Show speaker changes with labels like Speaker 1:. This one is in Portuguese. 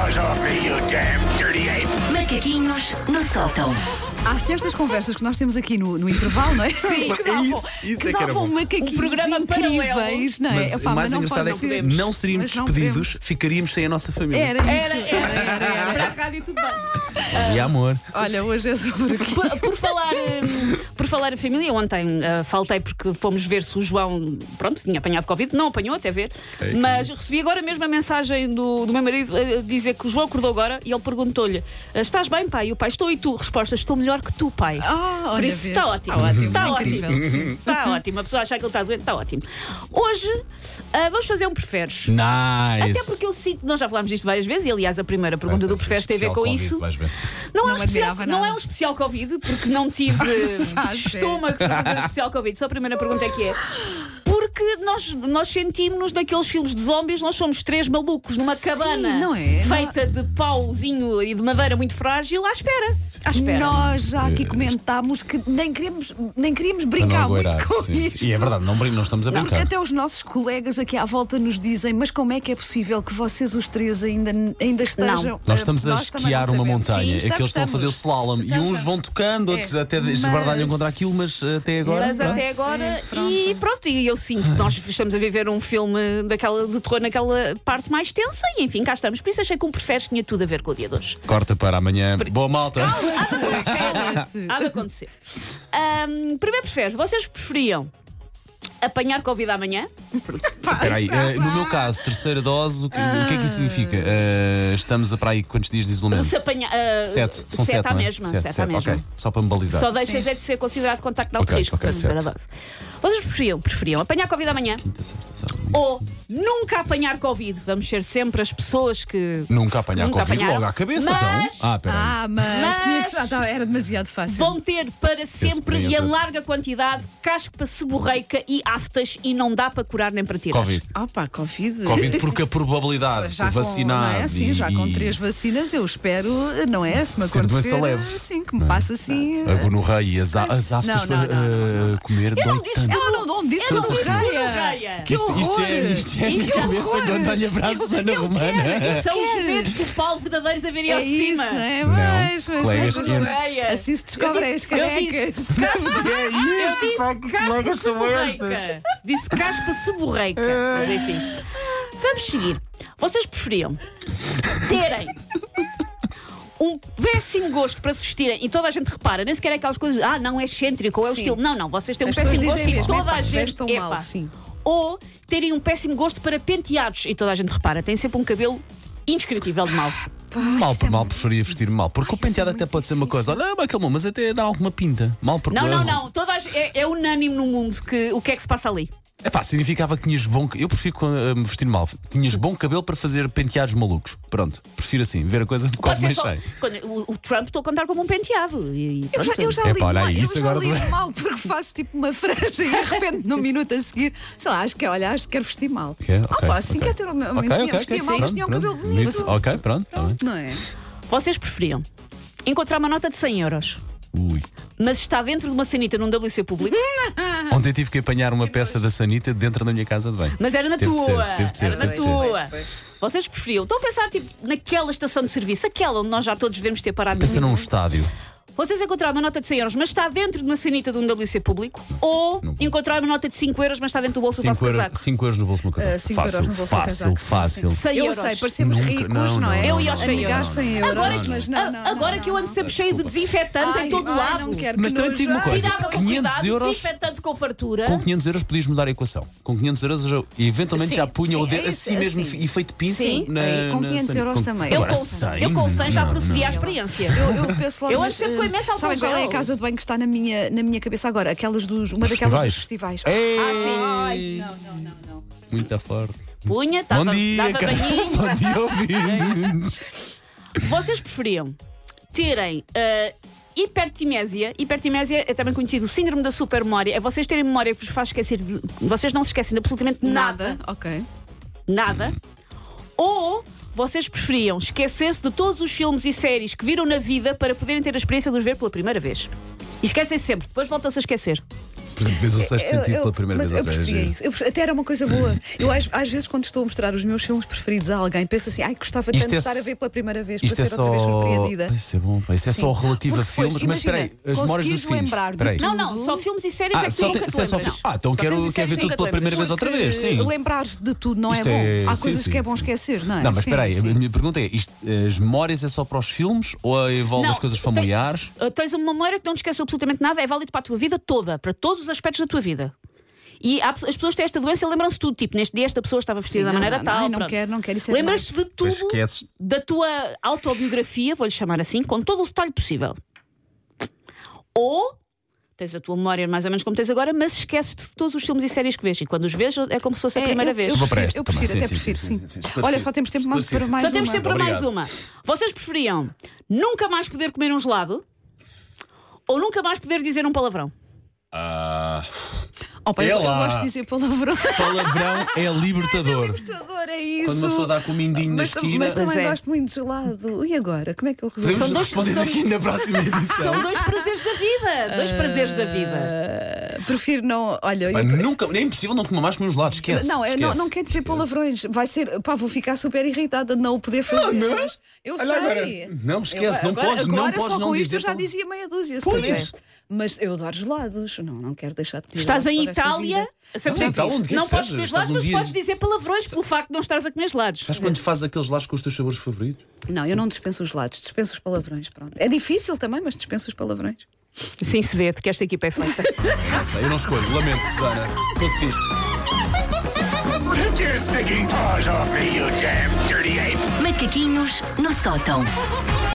Speaker 1: You damn dirty ape!
Speaker 2: Macaquinhos no sótão.
Speaker 3: Há certas conversas que nós temos aqui no, no intervalo, não é? Sim,
Speaker 4: Mas
Speaker 3: que
Speaker 4: é
Speaker 3: davam,
Speaker 4: isso- isso
Speaker 3: que
Speaker 4: é que era
Speaker 3: davam
Speaker 4: bom.
Speaker 3: macaquinhos
Speaker 5: Um programa
Speaker 3: incríveis, não é?
Speaker 4: Mas
Speaker 3: Epá,
Speaker 4: o mais
Speaker 3: mas não
Speaker 4: engraçado
Speaker 3: pode
Speaker 4: é que
Speaker 3: ser.
Speaker 4: não seríamos
Speaker 3: Mas não
Speaker 4: despedidos,
Speaker 3: podemos.
Speaker 4: ficaríamos sem a nossa família.
Speaker 3: Era isso.
Speaker 5: Era, era, era, era. Para a rádio tudo bem.
Speaker 4: E amor.
Speaker 3: Olha, hoje é sobre o quê?
Speaker 5: Por, por falar, hum, por falar em família, ontem ah, faltei porque fomos ver se o João, pronto, tinha apanhado Covid, não apanhou, até ver. mas recebi agora mesmo a mensagem do, do meu marido a dizer que o João acordou agora e ele perguntou-lhe: "Ah, Estás bem, pai? E o pai, estou e tu? Resposta: Estou melhor que tu, pai.
Speaker 3: Ah,
Speaker 5: Por
Speaker 3: olha,
Speaker 5: isso
Speaker 3: vês.
Speaker 5: está ótimo.
Speaker 3: Está ótimo, é
Speaker 5: Está
Speaker 3: incrível.
Speaker 5: ótimo.
Speaker 3: Sim.
Speaker 5: Está ótimo. A pessoa achar que ele está doente, está ótimo. Hoje ah, vamos fazer um preferes.
Speaker 4: Nice.
Speaker 5: Até porque eu sinto, nós já falámos disto várias vezes, e aliás a primeira pergunta do Preferes tem a ver com isso. Não,
Speaker 3: Não
Speaker 5: é um
Speaker 3: me
Speaker 5: especial,
Speaker 3: admirava
Speaker 5: não
Speaker 3: nada.
Speaker 5: é um especial Covid, porque não tive
Speaker 3: Ah, sério?
Speaker 5: estômago para fazer um especial Covid. Só a primeira pergunta é que é. Porque nós, nós sentimos-nos naqueles filmes de zombies, nós somos três malucos numa cabana
Speaker 3: não é?
Speaker 5: feita de pauzinho e de madeira muito frágil à espera. À espera.
Speaker 3: Nós já
Speaker 4: É.
Speaker 3: aqui comentámos que nem queríamos, nem queríamos brincar muito com isto.
Speaker 4: E é verdade, não, brin- não estamos a
Speaker 3: Porque
Speaker 4: brincar.
Speaker 3: até os nossos colegas aqui à volta nos dizem, mas como é que é possível que vocês os três ainda, ainda estejam.
Speaker 4: Nós estamos
Speaker 3: Eh,
Speaker 4: a
Speaker 3: também não
Speaker 4: esquiar uma
Speaker 3: sabemos.
Speaker 4: montanha.
Speaker 3: Sim,
Speaker 4: Aqueles estão a
Speaker 3: estamos,
Speaker 4: fazer o
Speaker 3: estamos.
Speaker 4: slalom. E
Speaker 3: Estamos,
Speaker 4: uns vão
Speaker 3: estamos.
Speaker 4: tocando, outros
Speaker 3: É.
Speaker 4: até
Speaker 3: Mas-
Speaker 4: esbardalham contra aquilo, mas eh, até agora.
Speaker 5: Mas
Speaker 4: pronto.
Speaker 5: até agora.
Speaker 3: Sim, pronto.
Speaker 5: E pronto, e eu sinto que nós estamos a viver um filme daquela, de terror naquela parte mais tensa, e enfim, cá estamos. Por isso achei que um preferes tinha tudo a ver com o dia de hoje.
Speaker 4: Corta para amanhã. Boa malta.
Speaker 5: Há de acontecer. Ahm, primeiro preferes, vocês preferiam apanhar Covid amanhã?
Speaker 4: Espera aí, eh, no meu caso, terceira dose, o que, o que é que isso significa?
Speaker 3: Ah.
Speaker 4: Eh, estamos a para aí quantos dias de isolamento?
Speaker 5: Se apanhar. ah,
Speaker 4: Sete. São sete,
Speaker 5: à
Speaker 4: não é?
Speaker 5: mesma.
Speaker 4: Sete,
Speaker 5: sete à
Speaker 4: sete,
Speaker 5: mesma.
Speaker 4: ok. Só para me balizar.
Speaker 5: Só deixas é de ser considerado contacto de alto
Speaker 4: Ok,
Speaker 5: risco.
Speaker 4: ok,
Speaker 5: portanto,
Speaker 4: certo.
Speaker 5: terceira dose. Vocês preferiam, preferiam apanhar Covid amanhã ou nunca apanhar Covid? Vamos ser sempre as pessoas que.
Speaker 4: Nunca apanhar
Speaker 5: nunca
Speaker 4: Covid
Speaker 5: apanharam,
Speaker 4: logo à cabeça,
Speaker 5: mas
Speaker 4: então. Ah, peraí.
Speaker 3: Ah, mas,
Speaker 5: Mas-
Speaker 3: tinha que- ah, tá, era demasiado fácil.
Speaker 5: Vão ter para sempre
Speaker 4: bem,
Speaker 5: e em
Speaker 4: então.
Speaker 5: larga quantidade caspa seborreica e aftas e não dá para curar nem para tirar.
Speaker 4: Covid.
Speaker 3: Opa, Ah, Covid.
Speaker 4: Covid porque a probabilidade
Speaker 3: Já
Speaker 4: de
Speaker 3: com,
Speaker 4: vacinar.
Speaker 3: não é? Sim,
Speaker 4: e-
Speaker 3: já com
Speaker 4: e
Speaker 3: três vacinas, eu espero, não é? Se me
Speaker 4: Ser doença
Speaker 3: acontecer,
Speaker 4: leve. é?
Speaker 3: sim, que me passe assim.
Speaker 4: A gonorreia e as, a- as
Speaker 3: Não,
Speaker 4: aftas
Speaker 3: não, não,
Speaker 4: para
Speaker 3: não,
Speaker 4: eh, comer dói
Speaker 5: disse
Speaker 4: tanto.
Speaker 3: Ela não, não disse
Speaker 5: Eu não disse
Speaker 3: gonorreia.
Speaker 5: gonorreia.
Speaker 3: Que
Speaker 4: isto, isto é,
Speaker 3: horror!
Speaker 4: isto é a minha
Speaker 3: Que horror!
Speaker 4: cabeça quando olha para a Susana Romana.
Speaker 5: São os dedos do Paulo verdadeiros a virem
Speaker 3: É
Speaker 5: ao de
Speaker 3: isso,
Speaker 5: cima.
Speaker 3: é?
Speaker 4: Não,
Speaker 3: Mas, mas,
Speaker 4: colegas,
Speaker 3: mas-
Speaker 4: eu-
Speaker 5: Gonorreia.
Speaker 3: Assim se descobrem as canecas.
Speaker 4: É
Speaker 5: Eu disse caspa seborreica. Disse caspa seborreica. Mas enfim. Vamos seguir. Vocês preferiam terem um péssimo gosto para se vestirem e toda a gente repara, nem sequer é aquelas coisas, ah, não é excêntrico, ou é o
Speaker 3: Sim.
Speaker 5: estilo. Não, não, vocês têm um
Speaker 3: As
Speaker 5: péssimo
Speaker 3: pessoas
Speaker 5: gosto
Speaker 3: dizem
Speaker 5: e
Speaker 3: mesmo,
Speaker 5: toda
Speaker 3: "Epá,
Speaker 5: a gente.
Speaker 3: vestam mal",
Speaker 5: epá.
Speaker 3: sim.
Speaker 5: Ou terem um péssimo gosto para penteados e toda a gente repara, têm sempre um cabelo indescritível de mal.
Speaker 4: Mal
Speaker 3: é
Speaker 4: por mal preferia vestir mal, porque o penteado até pode ser uma coisa. Olha, mas calma, mas até dá alguma pinta. Mal por
Speaker 5: Não,
Speaker 4: mal.
Speaker 5: não, não. Toda a, é, é unânime no mundo que, o que é que se passa ali.
Speaker 4: Epá, significava que tinhas bom. Eu prefiro eh, me vestir mal. Tinhas bom cabelo para fazer penteados malucos. Pronto, prefiro assim, ver a coisa de
Speaker 5: Pode
Speaker 4: quase
Speaker 5: ser
Speaker 4: mais
Speaker 5: só.
Speaker 4: cheia.
Speaker 5: Quando, o, o Trump estou a contar como um penteado. E, e
Speaker 3: Eu já,
Speaker 5: pronto.
Speaker 3: eu já
Speaker 4: Epá,
Speaker 3: lido
Speaker 4: olha
Speaker 3: mal,
Speaker 4: aí,
Speaker 3: eu
Speaker 4: isso
Speaker 3: já
Speaker 4: agora é.
Speaker 3: lido
Speaker 4: também.
Speaker 3: mal porque faço tipo uma franja e de repente no minuto a seguir, sei lá, acho que olha, acho que quero vestir mal.
Speaker 4: Ok,
Speaker 3: Ah,
Speaker 4: ok,
Speaker 3: pá, assim
Speaker 4: ok.
Speaker 3: que é ter o meu.
Speaker 4: Ok,
Speaker 3: mas
Speaker 4: ok,
Speaker 3: tinha- vestia
Speaker 4: ok,
Speaker 3: mal,
Speaker 4: sim.
Speaker 3: mas tinha um
Speaker 4: Pronto,
Speaker 3: cabelo
Speaker 4: pronto,
Speaker 3: bonito.
Speaker 4: Ok, pronto, tá bem.
Speaker 3: Não é?
Speaker 5: Vocês preferiam encontrar uma nota de 100 euros,
Speaker 4: Ui.
Speaker 5: mas está dentro de uma sanita num WC público,
Speaker 4: Uhum. Ontem tive que apanhar uma peça da Sanita dentro da minha casa de banho.
Speaker 5: mas era na
Speaker 4: Teve de
Speaker 5: tua.
Speaker 4: ser, teve de ser,
Speaker 5: era na
Speaker 4: teve de ser.
Speaker 5: tua. Vocês preferiam. Estão a pensar tipo, naquela estação de serviço, aquela onde nós já todos devemos ter parado.
Speaker 4: Pensa
Speaker 5: muito.
Speaker 4: num estádio.
Speaker 5: Vocês encontraram uma nota de 100 euros, mas está dentro de uma sanita de um WC público, ou
Speaker 4: não vou.
Speaker 5: encontrar uma nota de 5 euros, mas está dentro do bolso do vosso
Speaker 4: 5
Speaker 5: casaco.
Speaker 4: euros, cinco euros no bolso do meu casaco.
Speaker 3: Ah, cinco
Speaker 4: fácil,
Speaker 3: euros no bolso do
Speaker 4: fácil,
Speaker 3: casaco, sim,
Speaker 4: fáscil.
Speaker 3: sim.
Speaker 5: 100
Speaker 3: Eu
Speaker 5: euros.
Speaker 3: sei, parecemos
Speaker 4: Nunca-
Speaker 3: ricos,
Speaker 4: não,
Speaker 3: não,
Speaker 4: não,
Speaker 3: é?
Speaker 4: Eu
Speaker 5: e aos cem
Speaker 3: Amigar
Speaker 5: euros.
Speaker 3: 100 euros,
Speaker 5: Agora,
Speaker 3: mas não,
Speaker 5: a-
Speaker 3: não,
Speaker 5: agora
Speaker 3: não,
Speaker 5: que eu ando
Speaker 3: não.
Speaker 5: sempre cheio de desinfetante
Speaker 3: Ai,
Speaker 5: em todo
Speaker 3: ai,
Speaker 5: lado.
Speaker 3: não quero
Speaker 4: Mas
Speaker 3: que
Speaker 4: também
Speaker 3: nojo.
Speaker 4: digo uma coisa.
Speaker 5: Tirava com
Speaker 4: 500
Speaker 5: cuidado,
Speaker 4: euros-
Speaker 5: desinfetante com fartura.
Speaker 4: Com 500 euros podias mudar a equação. Com 500 euros eu eventualmente
Speaker 3: Sim,
Speaker 4: já punha o
Speaker 3: sim,
Speaker 4: dedo
Speaker 3: é
Speaker 4: assim
Speaker 3: isso,
Speaker 4: mesmo
Speaker 3: assim.
Speaker 4: e feito pinça.
Speaker 5: Sim,
Speaker 4: na,
Speaker 3: aí, com
Speaker 4: na
Speaker 3: 500
Speaker 4: sanita.
Speaker 3: euros
Speaker 4: Com-
Speaker 3: também.
Speaker 5: Eu
Speaker 4: Agora,
Speaker 5: com,
Speaker 4: cem,
Speaker 5: eu com 100 já
Speaker 4: não,
Speaker 5: procedi
Speaker 4: não.
Speaker 5: à experiência.
Speaker 3: Eu, eu penso logo
Speaker 5: Eu
Speaker 3: nas-
Speaker 5: acho que com a imensa
Speaker 3: Sabem qual é a
Speaker 5: álcool gel.
Speaker 3: casa de banho que está na minha, na minha cabeça agora? Aquelas dos, uma daquelas dos festivais.
Speaker 4: Ei,
Speaker 5: sim.
Speaker 3: Não, não, não, não.
Speaker 4: Muito forte.
Speaker 5: Punha,
Speaker 4: Bom
Speaker 5: dava,
Speaker 4: dia,
Speaker 5: dava
Speaker 4: cara.
Speaker 5: banhinho.
Speaker 4: Bom dia, ouvintes.
Speaker 5: Vocês preferiam terem ah, hipertimésia, hipertimésia é também conhecido o síndrome da supermemória, é vocês terem memória que vos faz esquecer, de- vocês não se esquecem de absolutamente
Speaker 3: Nada, ok.
Speaker 5: nada, ou vocês preferiam esquecer-se de todos os filmes e séries que viram na vida para poderem ter a experiência de os ver pela primeira vez. E esquecem sempre, depois voltam-se a esquecer.
Speaker 4: Por exemplo, vês o sexto
Speaker 3: Eu-
Speaker 4: sentido
Speaker 3: eu-
Speaker 4: pela primeira
Speaker 3: mas
Speaker 4: vez ou
Speaker 3: eu
Speaker 4: outra vez.
Speaker 3: preferia
Speaker 4: giro.
Speaker 3: isso. Eu pre- até era uma coisa boa. Eu às, às vezes, quando estou a mostrar os meus filmes preferidos a alguém, penso assim: ai, gostava tanto
Speaker 4: Isto
Speaker 3: de
Speaker 4: é
Speaker 3: estar
Speaker 4: só-
Speaker 3: a ver pela primeira vez, para
Speaker 4: Isto
Speaker 3: ser
Speaker 4: é
Speaker 3: outra vez
Speaker 4: só.
Speaker 3: surpreendida.
Speaker 4: Isso é bom, pá, isso é só relativo a
Speaker 3: Porque depois,
Speaker 4: filmes, mas espera aí,
Speaker 3: imagina,
Speaker 4: as memórias dos
Speaker 3: conseguires
Speaker 4: filmes.
Speaker 3: lembrar de
Speaker 4: Espera aí.
Speaker 3: tudo.
Speaker 5: Não, não, só filmes e séries é
Speaker 4: Ah,
Speaker 5: que
Speaker 4: só
Speaker 5: tu
Speaker 4: tem-
Speaker 5: nunca te
Speaker 4: só
Speaker 5: lembras.
Speaker 4: fi- Ah, então
Speaker 5: Só
Speaker 4: quero,
Speaker 5: filmes e
Speaker 4: quero ver
Speaker 5: séries
Speaker 4: tudo
Speaker 5: nunca
Speaker 4: pela
Speaker 5: te
Speaker 4: primeira
Speaker 5: lembras.
Speaker 4: vez outra vez. Sim.
Speaker 3: Lembrares de tudo não
Speaker 4: Isto
Speaker 3: é bom.
Speaker 4: é-
Speaker 3: Há
Speaker 4: sim,
Speaker 3: coisas
Speaker 4: sim,
Speaker 3: que é bom
Speaker 4: sim.
Speaker 3: esquecer, não é?
Speaker 4: Não, mas
Speaker 3: Sim,
Speaker 4: espera aí,
Speaker 3: sim.
Speaker 4: a minha pergunta é: isto, as memórias é só para os filmes ou envolve
Speaker 5: Não,
Speaker 4: as coisas
Speaker 5: tem-
Speaker 4: familiares?
Speaker 5: Uh, Tens uma memória que não te esquece absolutamente nada, é válido para a tua vida toda, para todos os aspectos da tua vida. E há pe- as pessoas que têm esta doença e lembram-se de tudo. Tipo, neste dia esta pessoa estava vestida
Speaker 3: Sim,
Speaker 5: da
Speaker 3: não,
Speaker 5: maneira
Speaker 3: não, não,
Speaker 5: tal.
Speaker 3: ai, não
Speaker 5: pronto.
Speaker 3: quero, não quero, isso é
Speaker 5: Lembras-te de tudo,
Speaker 4: Depois esqueces.
Speaker 5: da tua autobiografia, vou-lhe chamar assim, com todo o detalhe possível. Ou tens a tua memória mais ou menos como tens agora, mas esqueces-te de todos os filmes e séries que vês. E quando os vês é como se fosse a
Speaker 3: É,
Speaker 5: primeira
Speaker 3: eu-
Speaker 5: vez.
Speaker 3: Eu
Speaker 4: Eu vou para
Speaker 3: prefiro,
Speaker 4: esta
Speaker 3: eu prefiro
Speaker 4: também.
Speaker 3: até
Speaker 4: Sim, sim,
Speaker 3: prefiro,
Speaker 4: sim,
Speaker 3: sim.
Speaker 4: sim, sim, sim.
Speaker 3: Olha, só temos tempo mais para
Speaker 4: Esclarecido.
Speaker 3: mais
Speaker 5: Só temos
Speaker 3: uma.
Speaker 5: tempo para mais
Speaker 4: Obrigado.
Speaker 5: uma. Vocês preferiam nunca mais poder comer um gelado ou nunca mais poder dizer um palavrão?
Speaker 4: Ah,
Speaker 3: Oh, pá, eu, eu
Speaker 4: Ela.
Speaker 3: gosto de dizer palavrão.
Speaker 4: palavrão é libertador.
Speaker 3: Libertador, é isso.
Speaker 4: Quando uma pessoa dá com o mindinho na
Speaker 3: mas,
Speaker 4: esquina.
Speaker 3: mas também
Speaker 5: Pois é.
Speaker 3: gosto muito de gelado. E agora? Como é que eu resolvo?
Speaker 4: Podemos responder aqui na próxima edição.
Speaker 5: São dois prazeres da vida.
Speaker 4: Ah.
Speaker 5: Dois prazeres da vida.
Speaker 3: Prefiro não. Olha, eu-
Speaker 4: Pá, nunca, é impossível não comer mais com meus lados, esquece.
Speaker 3: não, é,
Speaker 4: esquece.
Speaker 3: não, não quer dizer palavrões. Vai ser. Pá, vou ficar super irritada de não o poder fazer.
Speaker 4: não.
Speaker 3: mas Eu
Speaker 4: Olha
Speaker 3: sei.
Speaker 4: agora. Não, esquece,
Speaker 3: Eu-
Speaker 4: não
Speaker 3: agora,
Speaker 4: podes- não
Speaker 3: agora
Speaker 4: podes
Speaker 3: só
Speaker 4: não
Speaker 3: com isto
Speaker 4: dizer
Speaker 3: eu já
Speaker 4: pala-
Speaker 3: dizia meia dúzia. se
Speaker 4: Pois.
Speaker 3: calhar. Mas eu adoro gelados. Não, não quero deixar de comer
Speaker 5: Estás
Speaker 3: gelados
Speaker 5: em
Speaker 3: para esta
Speaker 5: Itália,
Speaker 3: vida.
Speaker 5: sabes
Speaker 4: Não,
Speaker 5: onde é
Speaker 4: em
Speaker 5: que
Speaker 4: Itália, onde
Speaker 5: isto?
Speaker 4: quer
Speaker 5: não
Speaker 4: que
Speaker 5: podes
Speaker 4: seja,
Speaker 5: comer
Speaker 4: estás
Speaker 5: gelados,
Speaker 4: um
Speaker 5: mas
Speaker 4: dia-
Speaker 5: podes dizer palavrões pelo facto de não estares a comer gelados.
Speaker 4: Sabes quando fazes aqueles lados com os teus sabores favoritos?
Speaker 3: Não, eu não dispenso os gelados, dispenso os palavrões. Pronto. É difícil também, mas dispenso os palavrões.
Speaker 5: Sim, se vê que esta equipa é feita.
Speaker 4: Não sei, eu não escolho. Lamento, Susana. Conseguiste.
Speaker 1: Take your stinking paws off me, you damn dirty ape!
Speaker 2: Macaquinhos no sótão.